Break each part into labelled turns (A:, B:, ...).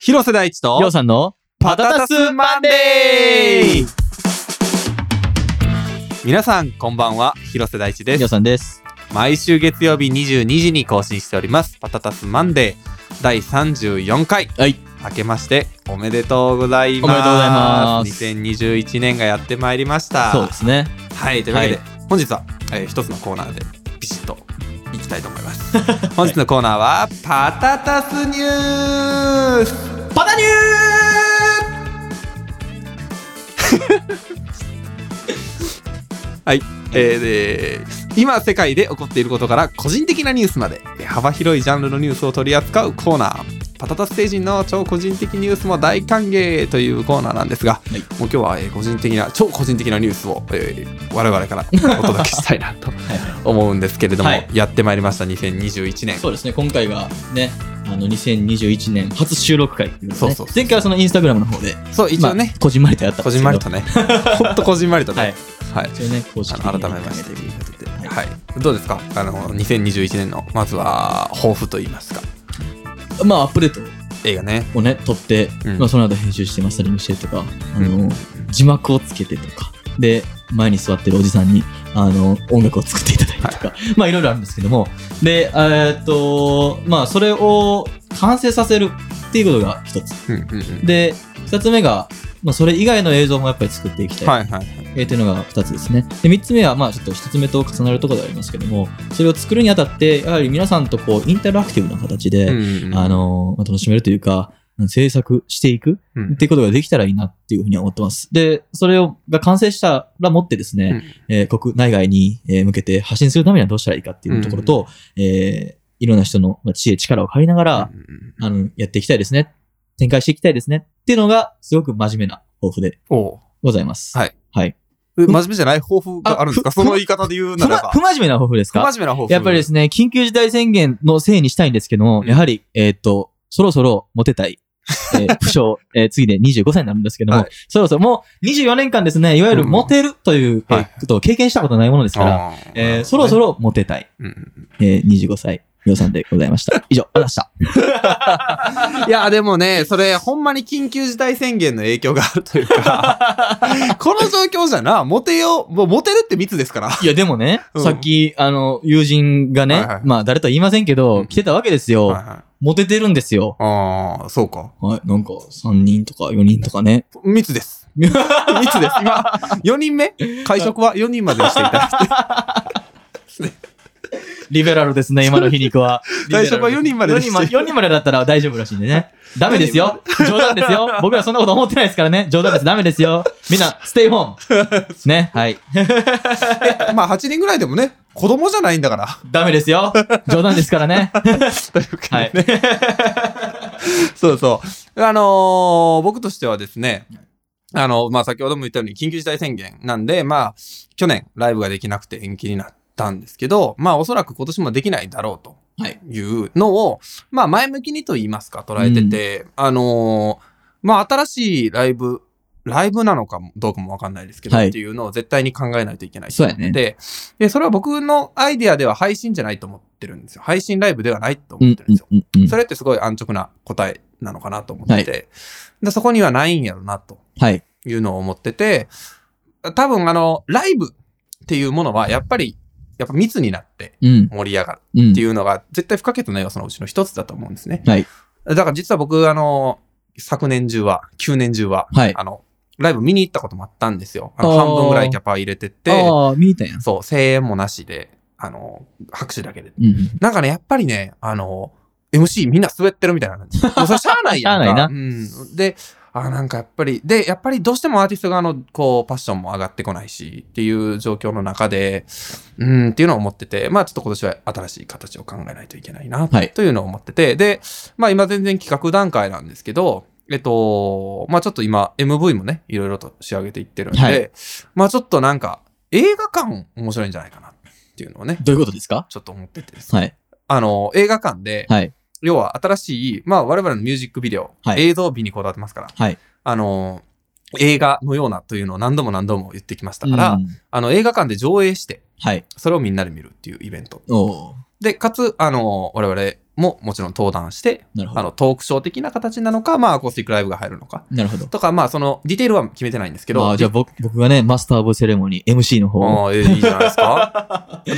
A: 広瀬大地
B: りょう
A: と
B: さんの
A: パタタスマンデー皆さんこんばんは広瀬大地で
B: りょう
A: す
B: さんです。
A: 毎週月曜日22時に更新しておりますパタタスマンデー第34回
B: はい。
A: 明けましておめでとうございます
B: おめでとうございます
A: 2021年がやってまいりました
B: そうですね。
A: はい、というわけで、
B: は
A: 本日は、えー一つのコーナーでビシッといきたいと思い ます。本日のコーナーは、パタタスニュース
B: パタニュ
A: はい、えーで今世界で起こっていることから個人的なニュースまでえー幅広いジャンルのニュースを取り扱うコーナー。パタタス星人の超個人的ニュースも大歓迎というコーナーなんですが、
B: い
A: もう今日は、えー個人的な超個人的なニュースを、えー我々からお届けしたいな と
B: はいは
A: 思うんですけれども、
B: はい
A: やってまいりました2021年
B: い。そうですね。今回がね、あの、2021年初収録会っていのね
A: そうそうそう
B: 前回はそのインスタグラムの方で、
A: そう一応ね
B: ま、あこじんまりとやったん
A: こ
B: です
A: じ
B: け
A: ん
B: ど
A: まりと ね。ほんとこじんまりと
B: は
A: ね
B: い。。
A: はい。
B: 一応ね、公式
A: あ
B: 的
A: の
B: に
A: 改めましてということで、
B: はい
A: はい。どうですかあの、2021年の、まずは、抱負と言いますか。
B: まあ、アップデート
A: 映画ね。
B: をね、撮って、
A: うん
B: まあ、その後編集してマスタリングしてとか、あ
A: う
B: の、字幕をつけてとか、で、前に座ってるおじさんに、あの、音楽を作っていただいてとか、まあ、いろいろあるんですけども、で、えーっと、まあ、それを完成させるっていうことが一つ。
A: うんうんうん。
B: で、二つ目が、まあ、それ以外の映像もやっぱり作っていきたい。
A: はいはい。
B: えーというのが2つですね。で3つ目は、まあ、ちょっと1つ目と重なるところではありますけども、それを作るにあたって、やはり皆さんとこうインタラクティブな形で、
A: うんうん
B: あ、のまあ、楽しめるというか、うん制作していく
A: うん
B: っていうことができたらいいなっていうふうには思ってます。で、それをが完成したらもってですね、えー国内外にえー向けて発信するためにはどうしたらいいかっていうところと、えーいろんな人のまあ知恵、力を借りながら、
A: うんうんうん
B: あの、やっていきたいですね。展開していきたいですね。っていうのが、すごく真面目な抱負で
A: おう
B: ございます。
A: はい。
B: はい。
A: え真面目じゃない抱負があるんですか
B: あふ
A: その言い方で言う
B: 不,、
A: なら
B: ま、
A: ば
B: 不。真面目な抱負です
A: 不
B: か
A: 真面目な抱負。
B: やっぱりですね、緊急事態宣言のせいにしたいんですけども、
A: うん
B: やはり、えーっと、そろそろモテたい。え ー、不詳、えー次で25歳になるんですけども、
A: はい
B: そろそろもう24年間ですね、いわゆるモテるという、えー
A: はい
B: ことを経験したことないものですから、
A: あー
B: えーそろそろモテたい。
A: うんうん
B: えー、25歳、予算でございました。以上、ありがとうございました。
A: いや、でもね、それ、ほんまに緊急事態宣言の影響があるというか、 この状況じゃな、モテよう、もうモテるって密ですから。
B: いや、でもね、
A: うん
B: さっき、あの、友人がね、
A: はいはい
B: まあ、誰とは言いませんけど、
A: うん
B: 来てたわけですよ。
A: はいはい
B: モテてるんですよ。
A: ああ、そうか。
B: はい、なんか、3人とか4人とかね。
A: 密です。密です。今、4人目会食は4人までにしていただいて。
B: リベラルですね、今の皮肉は。
A: 最初は4人まで
B: 4
A: でし
B: 人
A: た
B: ま4人までだったら大丈夫らしいん でね。ダメですよ。冗談ですよ。僕らそんなこと思ってないですからね。冗談です。ダメですよ。みんな、ステイホー ム。ね、はい。
A: まあ、8人ぐらいでもね、子供じゃないんだから。
B: ダメですよ。冗談ですから ね。
A: というか、
B: はい。
A: そうそう。あのー僕としてはですね、あの、まあ、先ほども言ったように緊急事態宣言なんで、まあ、去年ライブができなくて延期になったんですけど、まあ、おそらく今年もできないだろうと
B: はい。
A: いうのを、まあ、前向きにと言いますか、捉えてて、あのーまあ、新しいライブ、ライブなのかもどうかもわかんないですけど、
B: はい
A: っていうのを絶対に考えないといけないと
B: そう
A: 思
B: や
A: っ
B: ね
A: て、で、それは僕のアイデアでは配信じゃないと思ってるんですよ。配信ライブではないと
B: う
A: 思っ
B: ん
A: てるんで
B: うん
A: すよ。
B: うんうん
A: そ。れってすごい安直な答えなのかなと思って、
B: はい
A: でそこにはないんやろなと
B: はい。
A: いうのを思ってて、多分あの、ライブっていうものはやっぱり、やっぱ密になって
B: うん。
A: 盛り上がる
B: うん
A: って。いうのが絶対不可欠な要素のうちの一つだと思うんですね。
B: はい。
A: だから実は僕、あの、昨年中は、9年中は、
B: はい
A: あの、ライブ見に行ったこともあったんですよ。あの
B: あー
A: 半分ぐらいキャパ入れてて、
B: ああ、見えたやん。
A: そう、声援もなしで、あの、拍手だけで
B: うんうん。
A: なんかね、やっぱりね、あの、MC みんな滑ってるみたいなん です。もうそれしゃあないやんか。
B: しゃあないな
A: うん。で、あ、なんかやっぱり、で、やっぱりどうしてもアーティスト側の、こう、パッションも上がってこないし、っていう状況の中で、うん、っていうのを思ってて、まあちょっと今年は新しい形を考えないといけないな、
B: はい
A: というのを思ってて、で、まあ今全然企画段階なんですけど、えっと、まあちょっと今 MV もね、いろいろと仕上げていってるんで、
B: はい
A: まあちょっとなんか映画館面白いんじゃないかなっていうのをね、
B: どういうことですか
A: ちょっと思っててですね
B: はい。
A: あの、映画館で、
B: はい。
A: 要は新しい、まあ我々のミュージックビデオ、
B: はい
A: 映像美にこだわってますから、
B: はい。
A: あの、映画のようなというのを何度も何度も言ってきました
B: うん
A: から、あの映画館で上映して、
B: はい。
A: それをみんなで見るっていうイベント。
B: おー
A: で、かつ、あの、我々ももちろん登壇して、
B: なるほ
A: あ
B: ど。
A: の、トークショー的な形なのか、まあ、アコースティックライブが入るのか。
B: なるほど。
A: とか、まあ、その、ディテールは決めてないんですけど。
B: あーじゃあ僕僕がね、マスター・オブ・セレモニー、MC の方を。
A: ああ、えいいじゃないですか。だ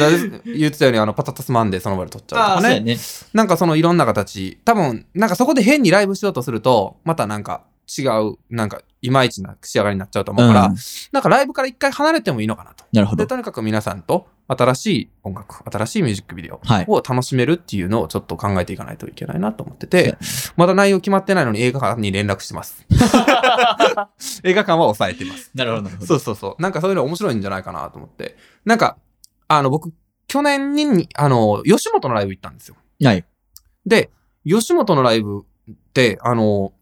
A: 言ってたように、あの、パタタスマンでその場で撮っちゃうとか
B: そう
A: ね
B: や。ね。
A: なんかそのいろんな形、多分、なんかそこで変にライブしようとすると、またなんか違う、なんかいまいちな仕上がりになっちゃうと思うから、
B: うん
A: なんかライブから一回離れてもいいのかなと。
B: なるほど
A: で、。とにかく皆さんと新しい音楽、新しいミュージックビデオ
B: はい
A: を楽しめるっていうのをちょっと考えていかないといけないなと思ってて、
B: そうやね
A: まだ内容決まってないのに映画館に連絡して ます。映画館は抑えてます。
B: なるほど、なるほど。
A: そうそうそう。なんかそういうの面白いんじゃないかなと思って。なんか、あの僕、去年に、あの、吉本のライブ行ったんですよ。
B: はい。
A: で、吉本のライブって、あの、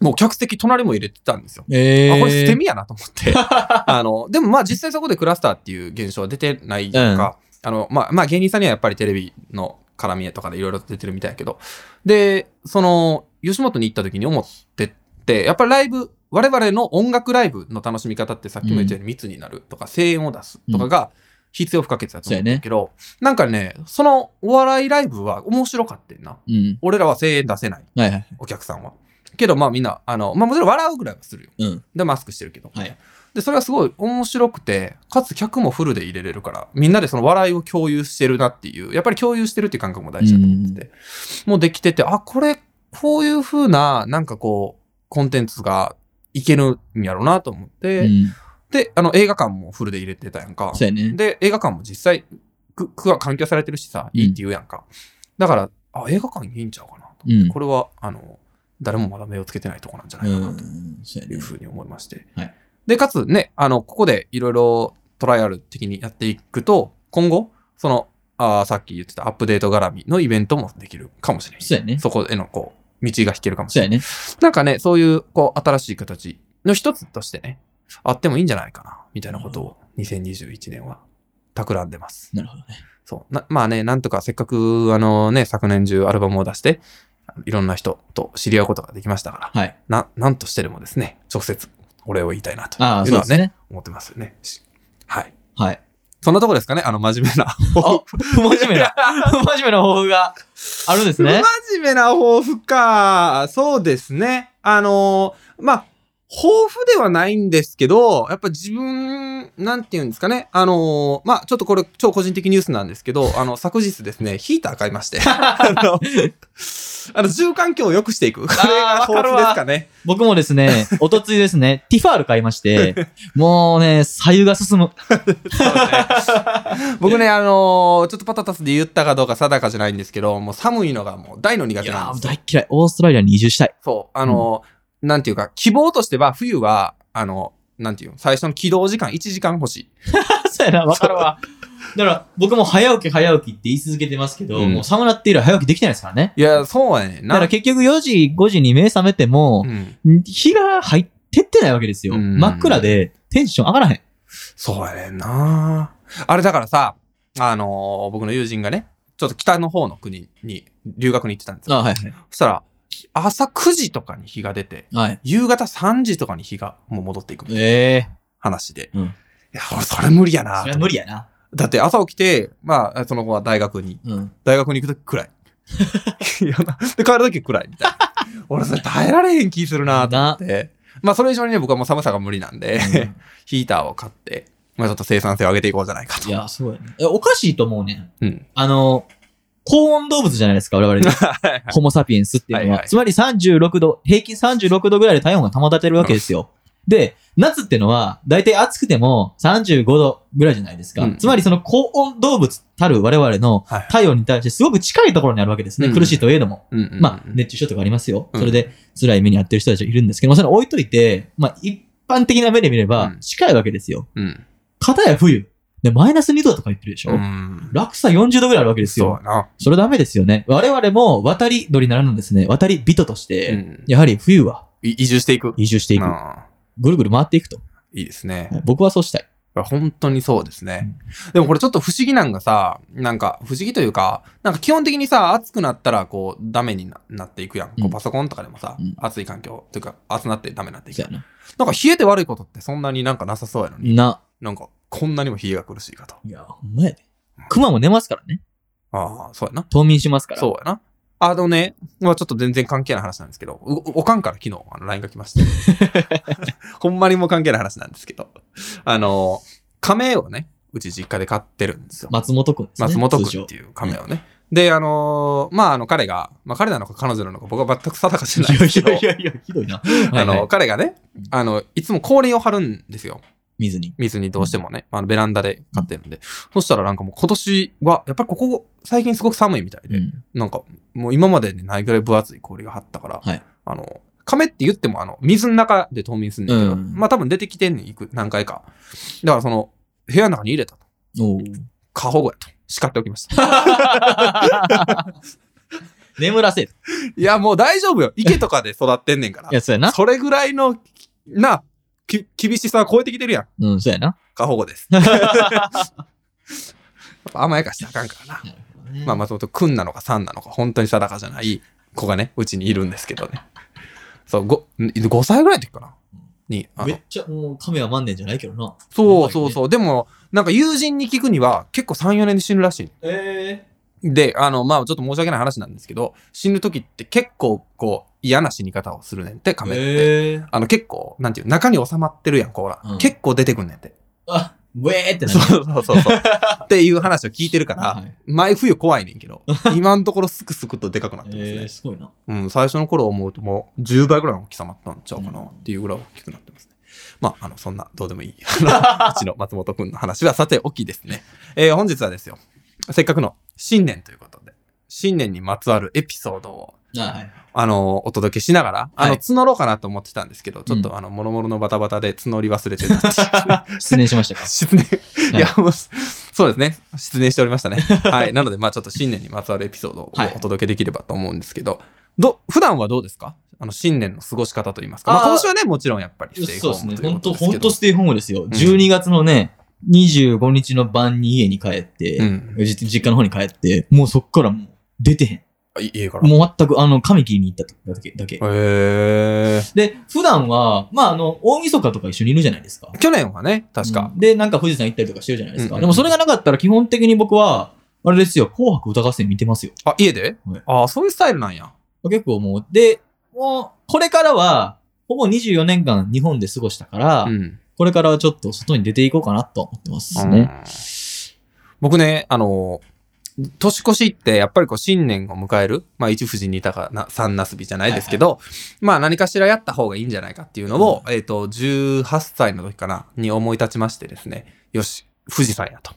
A: もう客席隣も入れてたんですよ。
B: えー。
A: あ、これ捨て身やなと思って。 あの、でもまあ実際そこでクラスターっていう現象は出てないとか、あの、まあ、まあ芸人さんにはやっぱりテレビの絡みとかでいろいろ出てるみたいやけど、で、その、吉本に行った時に思ってって、やっぱりライブ、我々の音楽ライブの楽しみ方ってさっきも言ったように密になるとか、声援を出すとかが必要不可欠だと思うんだけど、なんかね、そのお笑いライブは面白かったな。
B: うん。
A: 俺らは声援出せない、
B: はいはい。
A: お客さんは。けど、まあみんな、あの、まあもちろん笑うぐらいはするよ。
B: うん。
A: で、マスクしてるけど。
B: はい
A: で、それはすごい面白くて、かつ客もフルで入れれるから、みんなでその笑いを共有してるなっていう、やっぱり共有してるっていう感覚も大事だと思ってて、もうできてて、あ、これ、こういう風な、なんかこう、コンテンツがいけるんやろうなと思って、
B: うん。
A: で、あの映画館もフルで入れてたやんか。
B: そうやね。
A: で、映画館も実際、く区は環境されてるしさ、いいって言うやんか。だから、あ、映画館いいんちゃうかなと。
B: うん。
A: これは、あの、誰もまだ目をつけてないとこなんじゃな
B: う
A: いかなと。
B: ん。そうや
A: とい
B: ね
A: う。ふうに思いまして。
B: はい
A: で、かつね、あの、ここでいろいろトライアル的にやっていくと、今後、その、あーさっき言ってたアップデート絡みのイベントもできるかもしれない。
B: そうやね。
A: そこへの、こう、道が引けるかもし
B: そう
A: れ
B: や
A: ない。
B: ね。
A: なんかね、そういう、こう、新しい形の一つとしてね、あってもいいんじゃないかな、みたいなことを、2021年は、企んでます。
B: なるほどね。
A: そう。なまあね、なんとかせっかく、あのね、昨年中アルバムを出して、あのいろんな人と知り合うことができましたから、
B: はい。
A: な、なんとしてでもですね、直接お礼を言いたいなと
B: ああ、
A: いう
B: そ
A: の
B: うで
A: は
B: す
A: ね、
B: ね。
A: 思ってますよね。しはい。
B: はい。
A: そんなとこですかねあの、真面目な。
B: あ、不真面目な、不 真面目な抱負があるんですね。
A: 真面目な抱負か。そうですね。あのーまあ、抱負ではないんですけど、やっぱ自分、なんていうんですかね。あのーまあ、ちょっとこれ、超個人的ニュースなんですけど、あの、昨日ですね、ヒーター買いまして。あの、あの、住環境を良くしていく。これが抱負ですかね。
B: 僕もですね、おとついですね、ティファール買い まして、もうね、左右が進む。
A: 僕ね、あのーちょっとパタタスで言ったかどうか定かじゃないんですけど、もう寒いのがもう大の苦
B: い
A: 手な
B: や
A: んで
B: ー、
A: すよ。
B: 大っ嫌い。オーストラリアに移住したい。
A: そう。あのーなんていうか、希望としては冬は、あの、なんていうの、最初の起動時間1時間欲しい。
B: そうやな、わかるわ。だから、僕も早起き早起きって言い続けてますけど、
A: うん
B: もう寒なって以来早起きできてないですからね。
A: いや、そうやねん
B: だから
A: な。
B: 結局4時、5時に目覚めても
A: う、ん、
B: 日が入ってってないわけですよ。
A: うん
B: 真っ暗でテンション上がらへん。
A: そうやねんな。あれだからさ、あのー僕の友人がね、ちょっと北の方の国に留学に行ってたんですよ。
B: はいはい。
A: そしたら、朝9時とかに日が出て、
B: はい。
A: 夕方3時とかに日がもう戻っていくみたいな
B: え
A: 話で。
B: うん
A: いや、俺それ無理や
B: え
A: な。
B: それは無理やな。
A: だって朝起きて、まあ、その後は大学に、
B: うん。
A: 大学に行くとき 暗い。いやなで、帰るとき暗いみたいな。 俺それ耐えられへん気するなと
B: な
A: 思って。まあ、それ以上にね、僕はもう寒さが無理なんで、
B: うん
A: ヒーターを買って、まあ、ちょっと生産性を上げていこうじゃないかと。
B: いや、そうやね。えおかしいと思うね。
A: うん。
B: あの、高温動物じゃないですか、我々。ホモサピエンスっていうのは。
A: はいはい
B: つまり36度、平均36度ぐらいで体温が保たれてるわけですよ。で、夏ってのは、大体暑くても35度ぐらいじゃないですか。
A: うん
B: つまりその高温動物たる我々の
A: はい
B: 体温に対してすごく近いところにあるわけですね。
A: うん
B: 苦しいといえども。
A: うんうんうん
B: まあ、熱中症とかありますよ。
A: うん
B: それで辛い目に遭ってる人たちがいるんですけども、それ置いといて、まあ、一般的な目で見れば
A: う、ん
B: 近いわけですよ。
A: うん。
B: 片や冬。で、マイナス2度とか言ってるでしょ、
A: うん。
B: 落差40度ぐらいあるわけです
A: そう
B: よ。
A: やな。
B: それダメですよね。我々も渡り鳥ならぬですね、渡り人とし
A: う
B: て、
A: ん。
B: やはり冬はい
A: 移住していく。
B: 移住していく。
A: うん
B: ぐるぐる回っていくと。
A: いいですね。
B: 僕はそうしたい。
A: 本当にそうですね。でもこれちょっと不思議なんがさ、なんか不思議というか、なんか基本的にさ、暑くなったらこうダメにななっていくやん。こ
B: う
A: うんパソコンとかでもさ、
B: うん
A: 暑い環境というか暑なってダメになっていく
B: そ
A: や。
B: うんやな。
A: なんか冷えて悪いことってそんなになんかなさそうやのに、
B: な。
A: なんかこんなにも冷えが苦しいかと。
B: いや、ほんまやで。熊も寝ますからね。
A: ああ、そうやな。
B: 冬眠しますから。
A: そうやな。あのね、まあちょっと全然関係ない話なんですけど、おおかんから昨日あの LINE が来まして。 ほんまにもう関係ない話なんですけど、あの、亀をね、うち実家で飼ってるんですよ。
B: 松本くんですね。
A: 松本
B: 通
A: 君
B: 称
A: っていう亀をね。で、あのーまあ、あの、彼が、まあ、彼なのか彼女なのか僕は全く定かじゃないですけど、
B: いやいやいやいや、ひどいな。は
A: あ
B: いはい
A: の、彼がね、あの、いつも氷を張るんですよ。
B: 水に。
A: 水にどうしてもね、あのベランダで飼ってるんで。そしたらなんかもう今年は、やっぱりここ最近すごく寒いみたいで、
B: うん
A: なんかもう今までにないぐらい分厚い氷が張ったから、
B: はい
A: あの、亀って言ってもあの、水の中で冬眠するんだけど、
B: うん
A: まあ多分出てきてんねん、行く、何回か。だからその、部屋の中に入れたと。
B: おう
A: 過保護やと。叱っておきま した。
B: 眠らせる。
A: いや、もう大丈夫よ。池とかで育ってんねんから
B: い。や、そうやな。
A: それぐらいの、な、き厳しさは超えてきてるやん。
B: うん、そうやな。
A: 過保護 です。やっぱ甘やかしてあかんからな。まあ、
B: ま
A: 松本くんなのかさんなのか、本当に定かじゃない子がね、うちにいるんですけどね。そう、5, 5歳ぐらいの時かな。に、あ
B: あ、
A: の
B: めっちゃ、もう、亀は万年じゃないけどな。
A: そうそうそう。でも、なんか友人に聞くには、結構3、4年で死ぬらしい。
B: え
A: で、あの、まあ、ちょっと申し訳ない話なんですけど、死ぬ時って結構、こう、嫌な死に方をするねんって、
B: え
A: カメって。
B: ええ。
A: あの、結構、なんていう、中に収まってるやん、こうら。
B: うん
A: 結構出てくんねんって。
B: あ、ウェーってなる。
A: そうそうそう そう。っていう話を聞いてるから、
B: はい
A: 毎冬怖いねんけ ど、今のところすくすくとでかくなってます
B: え
A: ね
B: え、。すごいな。
A: うん、最初の頃思うともう10倍ぐらいの大きさまったんちゃうかなっていうぐらい大きくなってますね。まあ、あの、そんな、どうでもいい。 あのうちの松本くんの話はさておきですね。えー本日はですよ、せっかくの新年ということで、新年にまつわるエピソードを
B: あはい。
A: あの、お届けしながら、あの、
B: はい
A: 募ろうかなと思ってたんですけど、ちょっ
B: う
A: とあの、もろもろのバタバタで募り忘れてたっていう。
B: 失念しましたか。
A: 失念。
B: い
A: いや、もう、そうですね。失念しておりま したね。はい。なので、まあちょっと新年にまつわるエピソードを
B: はい
A: お届けできればと思うんですけど、ど、普段はどうですかあの、新年の過ごし方といいますか。まあ
B: あー
A: 今週はね、もちろんやっぱりステイホ
B: そうで
A: ー
B: す
A: ム
B: ね。
A: という
B: 本
A: ことで
B: 当
A: すけ
B: 本
A: ど。
B: 当ステイホームですよ。12月のね、25日の晩に家に帰って、
A: うん。
B: じ実家の方に帰って、もうそっからもう出てへん。
A: あい家から。へ
B: もう全く、あの、髪切りに行っただけ。だけ
A: え
B: で、普段は、まあ、あの、大晦日とか一緒にいるじゃないですか。
A: ー。去年はね、確か。
B: うんで、なんか富士山行ったりとかしてるじゃないです
A: うんうん
B: か。
A: うん
B: でもそれがなかったら基本的に僕は、あれですよ、紅白歌合戦見てますよ。
A: あ、家で、
B: はい
A: ああ、そういうスタイルなんや。
B: 結構もう、で、もう、これからは、ほぼ24年間日本で過ごしたから、
A: うん。
B: これからはちょっと外に出ていこうかなと思ってますね。
A: うん僕ね、あの、年越しってやっぱりこう新年を迎える、まあ一富士二鷹な三なすびじゃないですけど、まあ何かしらやった方がいいんじゃないかっていうのを、えっ、と、18歳の時かな、に思い立ちましてですね、よし、富士山や と。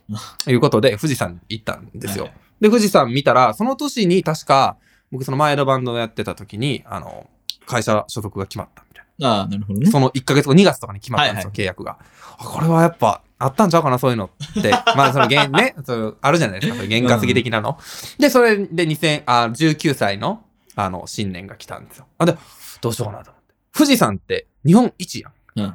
A: いうことで、富士山行ったんですよ。
B: はい
A: で、富士山見たら、その年に確か、僕その前のバンドをやってた時に、あの、会社所属が決まったみたいな。
B: ああ、なるほどね。
A: その1ヶ月後、2月とかに決まったんですよ、
B: はい
A: 契約が。あこれはやっぱ、あったんちゃうかな、そういうのって。 まあ、その、げんね、そのあるじゃないですか、そういう原価ぎ的なの。で、それで2000、あ、19歳の、あの、新年が来たんですよ。あ、で、どうしようかなと思って。富士山って日本一やん。
B: うん。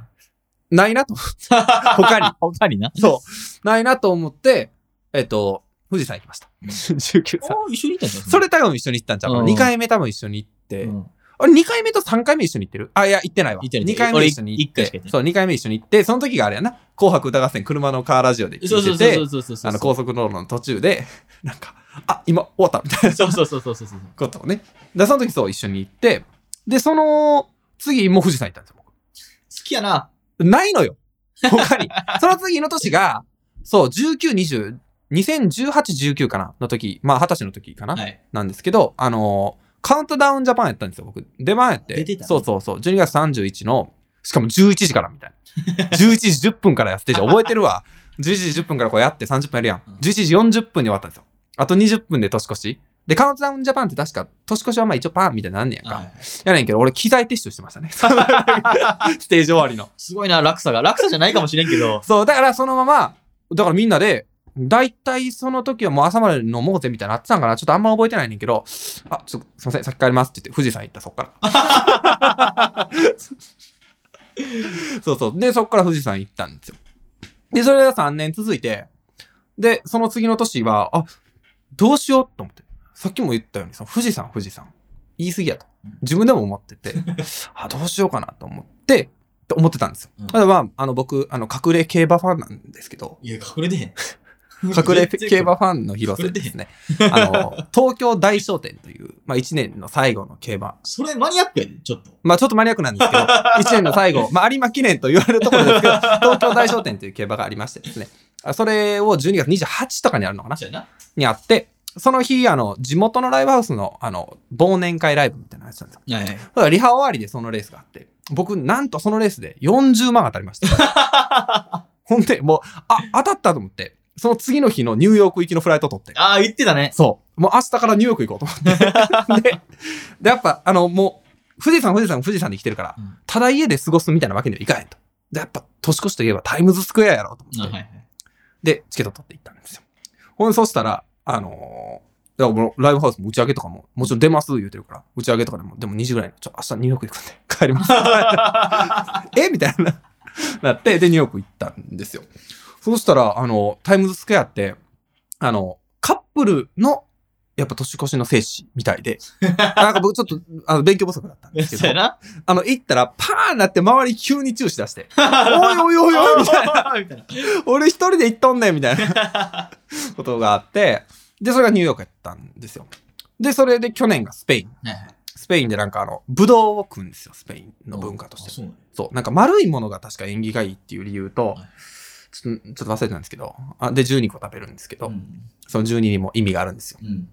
A: ない なと。他に。
B: 他にな。
A: そう。ないなと思って、えっと、富士山行きました。19歳。
B: おー一緒に行ったんじゃん。
A: それ多分一緒に行ったんちゃうかな。
B: うん
A: 2回目多分一緒に行って、
B: うん、
A: あれ、2回目と3回目一緒に行ってるあ、いや、行ってないわ。
B: 行ってない
A: 2回目一緒に行っ
B: 俺一回しか
A: て
B: 行って。ない
A: そう、2回目一緒に行って、その時があれやな。紅白歌合戦、車のカーラジオで
B: そう
A: 聞
B: そう
A: いて
B: そう
A: て、
B: そうそうそう。
A: あの、高速道路の途中で、 なんか、あ、今終わったみたいな
B: そうそうそうそうそうそう。
A: ことをね。で、その時そう、一緒に行って、で、その、次、もう富士山行ったんですよ、
B: 好きやな。
A: 僕。ないのよ。他 に。その次の年が、そう、19、20、2018、19かなの時、まあ、二十歳の時かな。
B: はい。
A: なんですけど、あのーカウントダウンジャパンやったんですよ、僕。出番やって。
B: 出てたね
A: そうそうそう。12月31の、しかも11時からみたいな。11時10分からやってじゃん覚えてるわ。11時10分からこうやって30分やるやん
B: うん。
A: 11時40分に終わったんですよ。あと20分で年越し。で、カウントダウンジャパンって確か、年越しはまあ一応パンみたいになんねやんか。
B: はい
A: やねんけど、俺機材撤収してましたね。 ステージ終わりの。。
B: すごいな、落差が。落差じゃないかもしれんけ ど
A: そう、だからそのまま、だからみんなで、大体その時はもう朝まで飲もうぜみたいになってたんかなちょっとあんま覚えてないねんけど、あ、ちょっとすいません、先帰りますって言って、富士山行った、そっから。そうそう。で、そっから富士山行ったんですよ。で、それが3年続いて、で、その次の年は、あ、どうしようと思って。さっきも言ったように、その富士山、富士山。言い過ぎやと。自分でも思ってて、あ、どうしようかなと思って、って思ってたんですよ。
B: うん
A: ただまあ、あの僕、あの、隠れ競馬ファンなんですけど、
B: いや、隠れてへん。
A: 隠れ競馬ファンの広瀬ですね。あの、東京大商店という、まあ一年の最後の競馬。
B: それマニアックやで、ちょっと。
A: まあちょっとマニアックなん ですけど、一年の最後、まあ有馬記念と言われるところ ですけど、東京大商店という競馬がありましてですね。あそれを12月28とかにあるのかな
B: じゃあな。
A: にあって、その日、あの、地元のライブハウスの、あの、忘年会ライブみたいなやつなんですよ。
B: はいはい。
A: だからリハ終わりでそのレースがあって、僕、なんとそのレースで40万当たりました。 ほんで、もう、あ、当たったと思って、その次の日のニューヨーク行きのフライト取って、
B: ああ、言ってたね。
A: そう、もう明日からニューヨーク行こうと思 って。で、でやっぱ、あの、もう、富士山、富士山、富士山で来てるから
B: うん、
A: ただ家で過ごすみたいなわけにはいかへんと。で、やっぱ、年越しといえばタイムズスクエアやろうと思
B: あは
A: っ
B: い
A: て
B: は、い。
A: で、チケット取って行ったんですよ。ほんで、そしたら、あのー、だからもうライブハウスも打ち上げとかも、もちろん出ます言うてるから、打ち上げとかでも、でも2時ぐらいに、ちょ、明日ニューヨーク行くんで、 帰り ます。えみたいな、なって、で、ニューヨーク行ったんですよ。そうしたら、あの、タイムズスクエアって、あの、カップルの、やっぱ年越しの聖地みたい で、なんか僕ちょっと、あの、勉強不足だったん です
B: そう
A: け
B: や
A: ど、
B: な。
A: あの、行ったら、パーンなって周り急に注視出して、 おいおいおいおいみたい な。
B: な。みたいな。
A: 俺一人で行っとんねんみたいなことがあって、で、それがニューヨークやったんですよ。で、それで去年がスペイン。スペインでなんかあの、ブドウを食うんですよ、スペイン の文化として。
B: そうなんや
A: そう。なんか丸いものが確か縁起がいいっていう理由と
B: はい、
A: ちょっとちょっと忘れてたんですけど、あで、12個食べるんですけど、
B: うん
A: その12にも意味があるんですよ。
B: うん。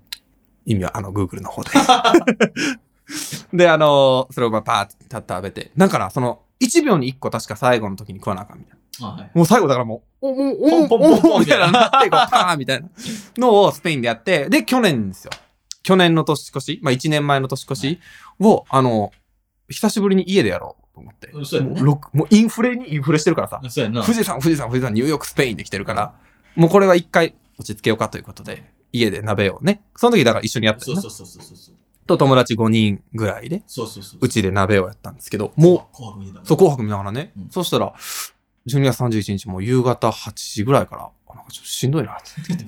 A: 意味はあの、Google の方 で。で、あのそれをまあパーって食べて、だからその、1秒に1個確か最後の時に食わなあかんみたいな。
B: あはい。
A: もう最後だからもう、お、もう、お、
B: ポンポンポン
A: お、お、みたいなのになって、こう、パーンみたいなのをスペインでやって、で、去年ですよ。去年の年越し、まあ1年前の年越しを、あの、久しぶりに家でやろうと思って。
B: うんそうやね
A: もうろくもうインフレにインフレしてるからさ、
B: そうやな。
A: 富士山、富士山、富士山、ニューヨーク、スペインで来てるから、もうこれは一回落ち着けようかということで、家で鍋をね、その時だから一緒にやった
B: そ
A: よ
B: う
A: な
B: そうそうそうそう。
A: と友達5人ぐらいで、
B: そうそうそう。
A: うちで鍋をやったんですけど、もう
B: コールにだもん。
A: そう、紅白見ながらね。
B: うん
A: そしたら、12月31日もう夕方8時ぐらいから、あなんかちょっとしんどいな って。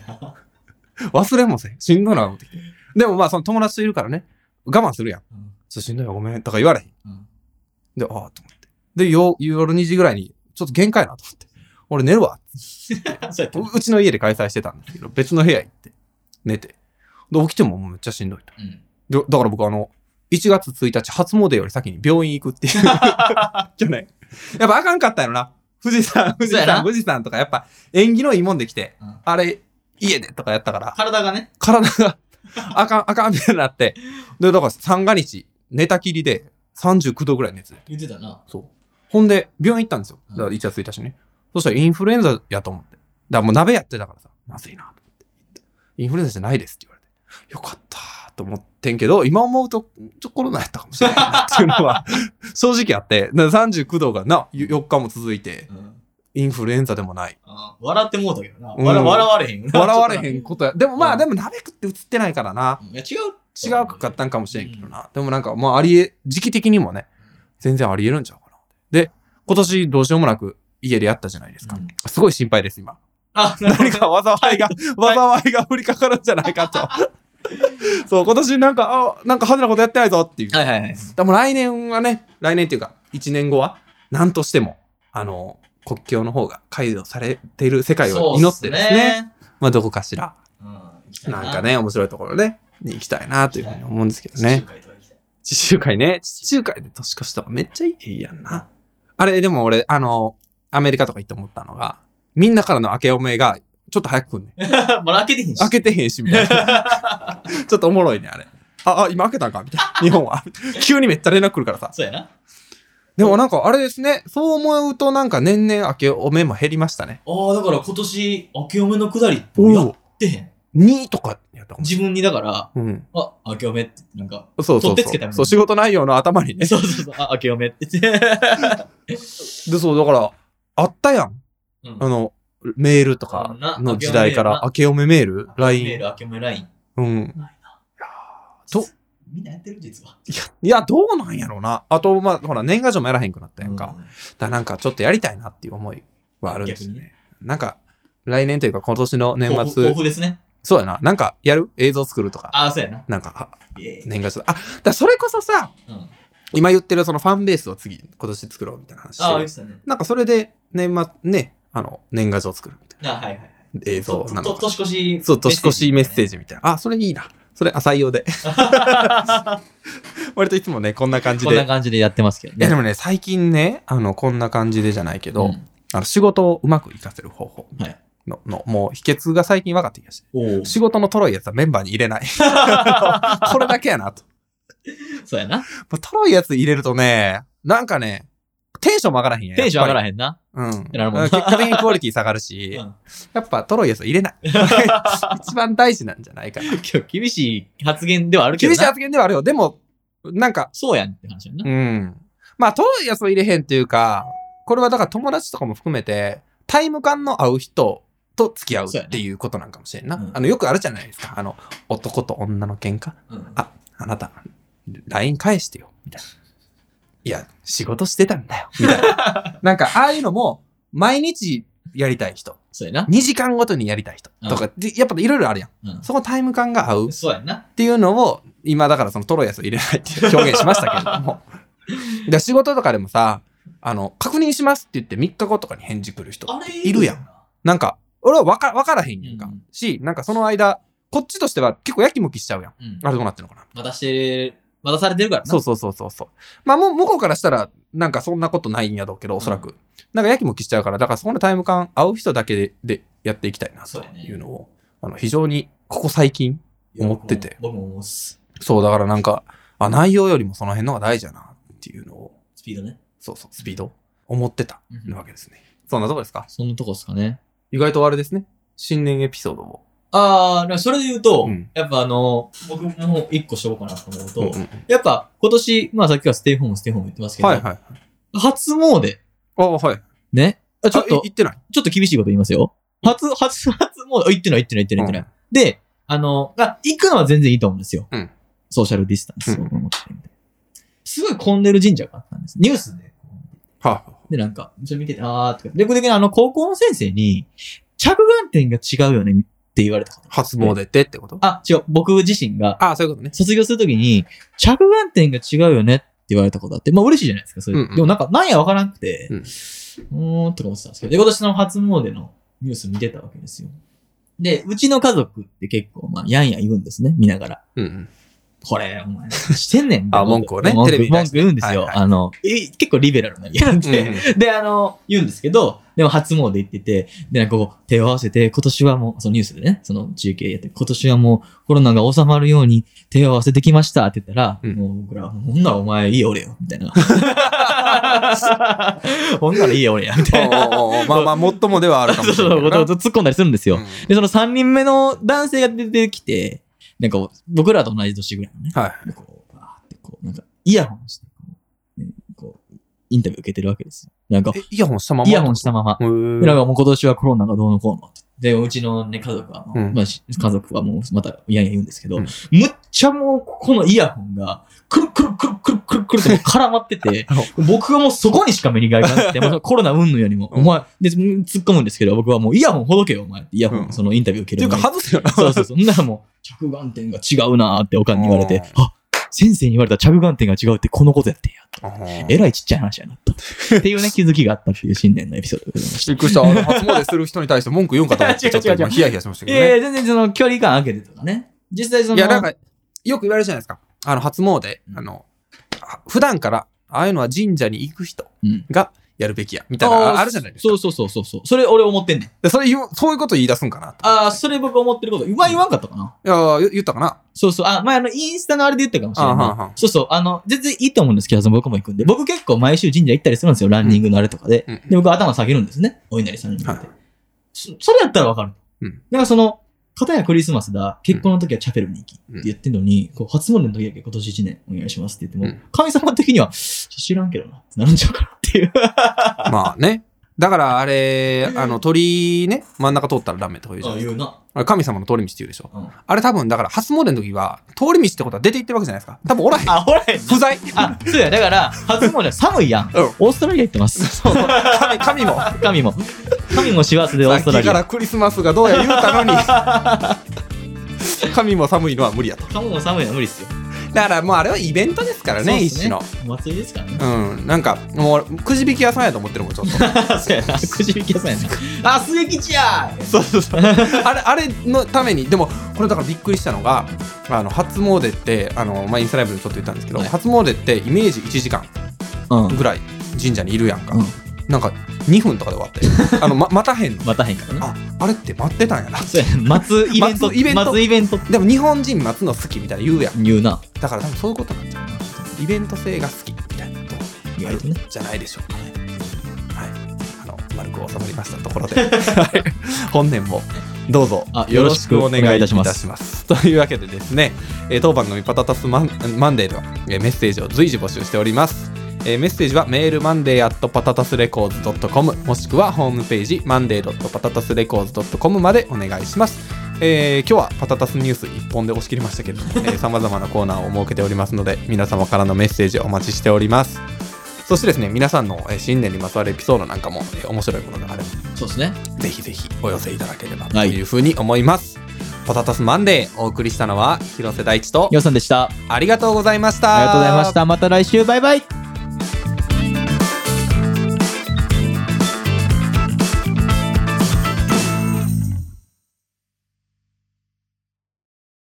A: 忘れもせん。しんどいな、思ってきて。でもまあ、その友達といるからね、我慢するやん。ちょ
B: うん
A: っとしんどいわ、ごめん。とか言われへん。
B: うん
A: で、ああ、と思って。で、よ夜2時ぐらいに、ちょっと限界やなと思って。俺寝るわ。
B: そうやった
A: ううちの家で開催してたんですけど、別の部屋行って、寝て。で、起きてももうめっちゃしんどいと。
B: うん
A: でだから僕あの、1月1日初詣より先に病院行く っていう。去年。やっぱあかんかったよな。富士山、富士
B: そうや
A: 山、
B: な
A: 富士山とかやっぱ縁起のいいもんできて、
B: うん
A: あれ、家でとかやったから、
B: 体がね。
A: 体があかん、あかんみたいになって。で、だから三が日、寝たきりで39度ぐらい熱で。
B: 言ってたな。
A: そう。ほんで、病院行ったんですよ。
B: う
A: だ
B: ん
A: から1月1日ね。そしたらインフルエンザやと思って。だからもう鍋やってたからさ、まずいなと思って。インフルエンザじゃないですって言われて。よかったと思ってんけど、今思うと、ちょ、コロナやったかもしれないなっていうの は、正直あって、だから39度がな、4日も続いて、
B: うん
A: インフルエンザでも ない。
B: あ笑ってもうたけどな。
A: うん
B: 笑笑われへんよな。
A: 笑われへ
B: ん。
A: んことや。でもま
B: う
A: あ、
B: ん
A: でも鍋食って映ってないからな。
B: いや、違う。
A: 違うかったんかもしれんけどな。でもなんか、まあ、ありえ、時期的にもね、全然ありえるんちゃうかな。で、今年どうしようもなく家でやったじゃないですか。
B: うん
A: すごい心配です、 今。
B: あ、なるほ
A: 何か災いが、災いが降りかかるんじゃないかと。そう、今年なんか、あ、なんか派手なことやってないぞっていう。
B: ど。はいはいはい。
A: でも来年はね、来年っていうか、1年後は、何としても、あの、国境の方が解除されている世界を祈ってですね、まあどこかしら、
B: うん。行きたい
A: なんか。ね、面白いところね、に行きたいなというふうに思うんですけどね
B: 地中。海とか行きたい
A: 地中海ね。地中海で年越しとかめっちゃいいやんな。あれ、でも俺、あの、アメリカとか行って思ったのが、みんなからの明けおめが、ちょっと早く来んねん。
B: まだ開けてへんし。
A: 開けてへんし、みたいな。 ちょっとおもろいね、あれ。あ、あ、今開けたんかみたいな。日本は。急にめっちゃ連絡来るからさ。
B: そうやな。
A: でもなんかあれですね。そう思うとなんか年々明けおめも減りましたね。
B: ああ、だから今年、明けおめのくだり、やっ
A: お
B: てへん。
A: 2とかやったかもし
B: 自分にだから、
A: れない。うん。
B: あ、明けおめって、なんか、
A: そうそう
B: 取ってつ
A: そ。
B: けたみたいうな
A: そう、仕事内容の頭にね。
B: そうそうそう、あ、明けおめって 言って。
A: で、そう、だから、あったやん。
B: うん
A: あの、メールとかの時代から、明けおめメール ?LINE?
B: メール、明けおめ LINE。
A: うん。と
B: みんなやってる実は。
A: いや、どうなんやろうな。あと、まあ、ほら、年賀状もやらへんくなったやんか。だ
B: う
A: からなんか、ちょっとやりたいなっていう思いはあるんですよね。
B: 逆
A: なんか、来年というか、今年の
B: ん。
A: 年
B: 豊富豊
A: 末、
B: 富ですね。
A: そうやな。なんか、やる映像作るとか。
B: ああ、そうやな。
A: なんか、あ
B: イエーイ
A: 年賀状。あ、だからそれこそさ、
B: うん
A: 今言ってるそのファンベースを次、今年作ろうみたいな話して
B: ああ、
A: る
B: 言ってたね。
A: なんか、それで、年末、ね、あの、年賀状作るみたい
B: あはいはいはい。
A: な。映像な
B: と
A: の
B: と
A: か。
B: 年越し。
A: そう、年越しメッセ
B: ージ。
A: ージみたいな。あ、それいいな。それ、あ、採 用で。割といつもね、こんな感じ
B: こんな
A: で。
B: 感じでやってますけど
A: いや、
B: ね。
A: でもね、最近ね、あの、こんな感じでじゃないけど、
B: うん
A: あの仕事をうまく活かせる方法
B: はい。
A: の、の、もう秘訣が最近分かってきました。
B: おー
A: 仕事のトロいやつはメンバーに入れ ない。これだけやなと。
B: そうやな。
A: まあトロいやつ入れるとね、なんかね、テンションも上がらへんやん。
B: テンション上が
A: へん。
B: らへんな。
A: うん。
B: なるほど
A: 結果的にクオリティ下がる
B: う
A: し、
B: ん
A: やっぱトロいやつは入れ ない。一番大事なんじゃないかな。
B: 今日厳しい発言ではあるけど
A: 厳し
B: な。
A: い発言ではあるよ。でも、なんか、
B: そうやんって話やんな
A: う。ん。まあ、トロいやつを入れへんっていうか、これはだから友達とかも含めて、タイム感の合う人と付き合うっていうことなんかもしれんな。
B: そうやねうん
A: あの、よくあるじゃないですか。あの、男と女の喧嘩。
B: うん
A: ああなた、LINE 返してよ、みたいな。いや、仕事してたんだよ、みたい な。なんか、ああいうのも、毎日やりたい人、
B: そうやな。
A: 2時間ごとにやりたい人とか、でやっぱいろいろあるやん。
B: うん
A: そこタイム感が合うっ
B: そうやんな。
A: ていうのを、今だからそのトロイアスを入れないっていう表現しましたけれど も。で仕事とかでもさ、あの、確認しますって言って3日後とかに返事来る人
B: あれ
A: いるやん。
B: ん。
A: なんか、俺はわかわからへんやんか。
B: うん
A: し、なんかその間、こっちとしては結構やきもきしちゃうやん。
B: うん。
A: あれどうなってんのかな
B: 渡して、渡されてるからな。
A: そうそうそうそうそう。まあもう向こうからしたら、なんかそんなことないんやろうけど、おそらく。なんかやきもきしちゃうから、だからそこのタイム感、合う人だけででやっていきたいな
B: そう
A: と
B: やね
A: いうのを、あの非常にここ最近、
B: いや
A: 思ってて。
B: 僕も僕も思うっす。
A: そうだからなんか、あ、内容よりもその辺の方が大事やなっていうのを、
B: スピードね。
A: そうそう、スピード、思ってた
B: うん
A: わけですね。そんなとこですか
B: そんなとこですかね。
A: 意外とあれですね。新年エピソードを。
B: あー、でもそれで言うと、
A: うん
B: やっぱあの、僕も一個しようかなと思うと、
A: うんうんうん
B: やっぱ今年、まあさっきからステイホーム、ステイホーム言ってますけど、
A: はいはい。
B: 初詣、
A: あはい。
B: ね。あちょっ
A: あ
B: と
A: い、言ってない。
B: ちょっと厳しいこと言いますよ。初、初、初詣、あ、行ってない、行ってない、行ってない、行ってない。
A: うん
B: で、あの、あ行くのは全然いいと思うんですよ。
A: うん
B: ソーシャルディスタンスを守ってみたいなすごい混んでる神社があったんです。ニュースで。
A: は
B: で、なんか、それ見てて、あーって。で、僕的にあの、高校の先生に、着眼点が違うよねって言われたこと
A: い。初詣ってってこと
B: あ、違う。僕自身が、
A: あそういうことね。
B: 卒業するときに、着眼点が違うよねって言われたことあって、まあ嬉しいじゃないですか、それ。
A: うんうん
B: でもなんか、なんやわからなくて、
A: う
B: うんん、ーんとか思ってたんですけど、で、今年の初詣のニュース見てたわけですよ。で、うちの家族って結構、まあ、やんやん言うんですね、見ながら。
A: うんうん。
B: これ、お前、してんねんみたい な。
A: あ文句をね
B: 文
A: テレビに
B: 文
A: 出し
B: 句言うんですよ。
A: はいはい
B: あの、え結構リベラルな家なんで、
A: うんうん
B: で、あの、言うんですけど、でも初詣行ってて、で、なんかこう、手を合わせて、今年はもう、そのニュースでね、その中継やって、今年はもうコロナが収まるように手を合わせてきましたって言ったら、
A: うん
B: もう僕らは、ほんならお前、いいよ、俺よ、みた いな。ほんならいいよ、俺や、みたいな。
A: おうお うおうまあまあ、もっともではあるか
B: そ
A: も
B: う
A: しれ
B: そ、
A: ないうけど
B: こと
A: な。
B: を突っ込んだりするんですよ。
A: うん
B: で、その3人目の男性が出てきて、なんかこう僕らと同じ年ぐらいのね、
A: はい。
B: でこう、バーってこう、なんか、イヤホンして、こう、ねこうインタビュー受けてるわけですよ。なんか、
A: え、イヤホンしたまま
B: イヤホンしたまま。
A: ン
B: でなんかもう今年はコロナがどうのこうのって。で、うちのね、家族はもう、
A: うん
B: まあ、し家族はもう、また、いやいや言うんですけど、
A: うん
B: むっちゃもう、このイヤホンが、くるくるくるくるくるくるってもう絡まってて
A: あの、
B: 僕はもうそこにしか目にがいかなくて、もうコロナ云々よりも、
A: うん
B: お前、で、突っ込むんですけど、僕はもうイヤホンほどけよ、お前って、イヤホン、
A: うん
B: そのインタビュー受
A: て
B: け
A: い
B: る
A: うか、
B: 前に
A: 外すよな。
B: そうそうそう。ほんならもう、着眼点が違うなーっておかんに言われ
A: うん
B: て、あ、先生に言われた着眼点が違うってこのことやってんやと。
A: うん
B: えらいちっちゃい話やなと。っていうね、気づきがあったっていう新年のエピソードでございました。
A: びっくりした。あの初詣する人に対して文句言うんかと思っ
B: 違
A: て、
B: う
A: ちょっと
B: 違う違
A: 今
B: う
A: ヒヤヒヤしましたけ
B: い
A: ど
B: や
A: ね。
B: いや、全然その距離感開けてとかね。実際その、
A: いや、なんか、よく言われるじゃないですか。あの、初詣
B: う、ん
A: あの、あ普段から、ああいうのは神社に行く人
B: うん、
A: がやるべきや、みたいな、ああるじゃないですか。
B: そうそうそうそうそう。それ俺思ってんねん。
A: でそれ言う、そういうこと言い出すんかなと。
B: ああ、それ僕思ってること。うまい言わんかったかな。
A: いやー、言言ったか な
B: そうそう。あ、前あの、インスタのあれで言ったかもしれ
A: あはんは
B: なんい。そうそう。あの、全然いいと思うんですけど、その僕も行くんで。僕結構毎週神社行ったりするんですよ。ランニングのあれとかで。
A: うんうん
B: で、僕頭下げるんですね。お稲荷さんに向け
A: は
B: て。そそれやったらわかる。
A: うん
B: だからその、片やクリスマスだ、結婚の時はチャペルに行きって言ってんのに、こう初詣の時だけ今年1年お願いしますって言っても、
A: う
B: 神様的には、 ちょっと知らんけどな、ってなるんちゃうかなっていう。
A: まあね。だから、あれ、あの、鳥ね、真ん中通ったらダメとか言うじゃないですか。
B: うな。
A: あれ神様の通り道って言うでしょ。
B: うん
A: あれ多分、だから、初詣の時は、通り道ってことは出て行ってるわけじゃないですか。多分、おらへん。
B: あ、ほらへんな
A: 不在。
B: あ、そうや、だから、初詣は寒いやん。
A: うん。
B: オーストラリア行ってます。
A: 神神 も。
B: 神も。神も師走でオー
A: さ
B: スト
A: っ
B: ラ
A: き
B: リ
A: か
B: ア。
A: らクリスマスがどうや言うたのに。神も寒いのは無理やと。
B: 神も寒いのは無理っすよ。
A: だだからもうあれはイベントですからね、一種の。
B: お祭りですからね。
A: うん、なんかもうくじ引き屋さんやと思ってるもんちょっと
B: そうやな。くじ引き屋さんやね。あ、すげきちや
A: そうそう そうあれあれのためにでもこれだからびっくりしたのがあの初詣ってあの、まあ、インスタライブでちょっと言ったんですけど、
B: はい
A: 初詣ってイメージ1時間
B: うん。
A: ぐらい神社にいるやんか、
B: うん
A: なんか2分とかで終わって あの、ま、待たへんの
B: またへんからな。
A: ああれって待ってたんやな
B: そうやな。待つイベント。
A: 待つイベント
B: 待つイベント。
A: でも日本人待つの好きみたいな言うやん
B: 言うな。
A: だから多分そういうことなんじゃないかなイベント性が好きみたいなこと
B: 意外とね。
A: じゃないでしょうかね。はい。あの、丸く収まりましたところで、は い 本年もどうぞ
B: あ
A: よろしくお願いいたします。
B: よろし
A: というわけでですね、えー当番組パタタスマンマンデーでは、えーメッセージを随時募集しております。えーメッセージはメールマンデー at パタタスレコーズ .com もしくはホームページマンデーパタタスレコーズ .com までお願いします。えー今日はパタタスニュース一本で押し切りましたけ れども、さまざまなコーナーを設けておりますので、皆様からのメッセージお待ちしております。そしてですね、皆さんのえー新年にまつわるエピソードなんかもえー面白いものがあれば、
B: そうですね。
A: ぜひぜひお寄せいただければと
B: はい
A: いうふうに思います。ポタタスマンデーお送りしたのは広瀬大地と
B: ようさんでした。
A: ありがとうございました。
B: ありがとうございまし。た。また来週、バイバイ。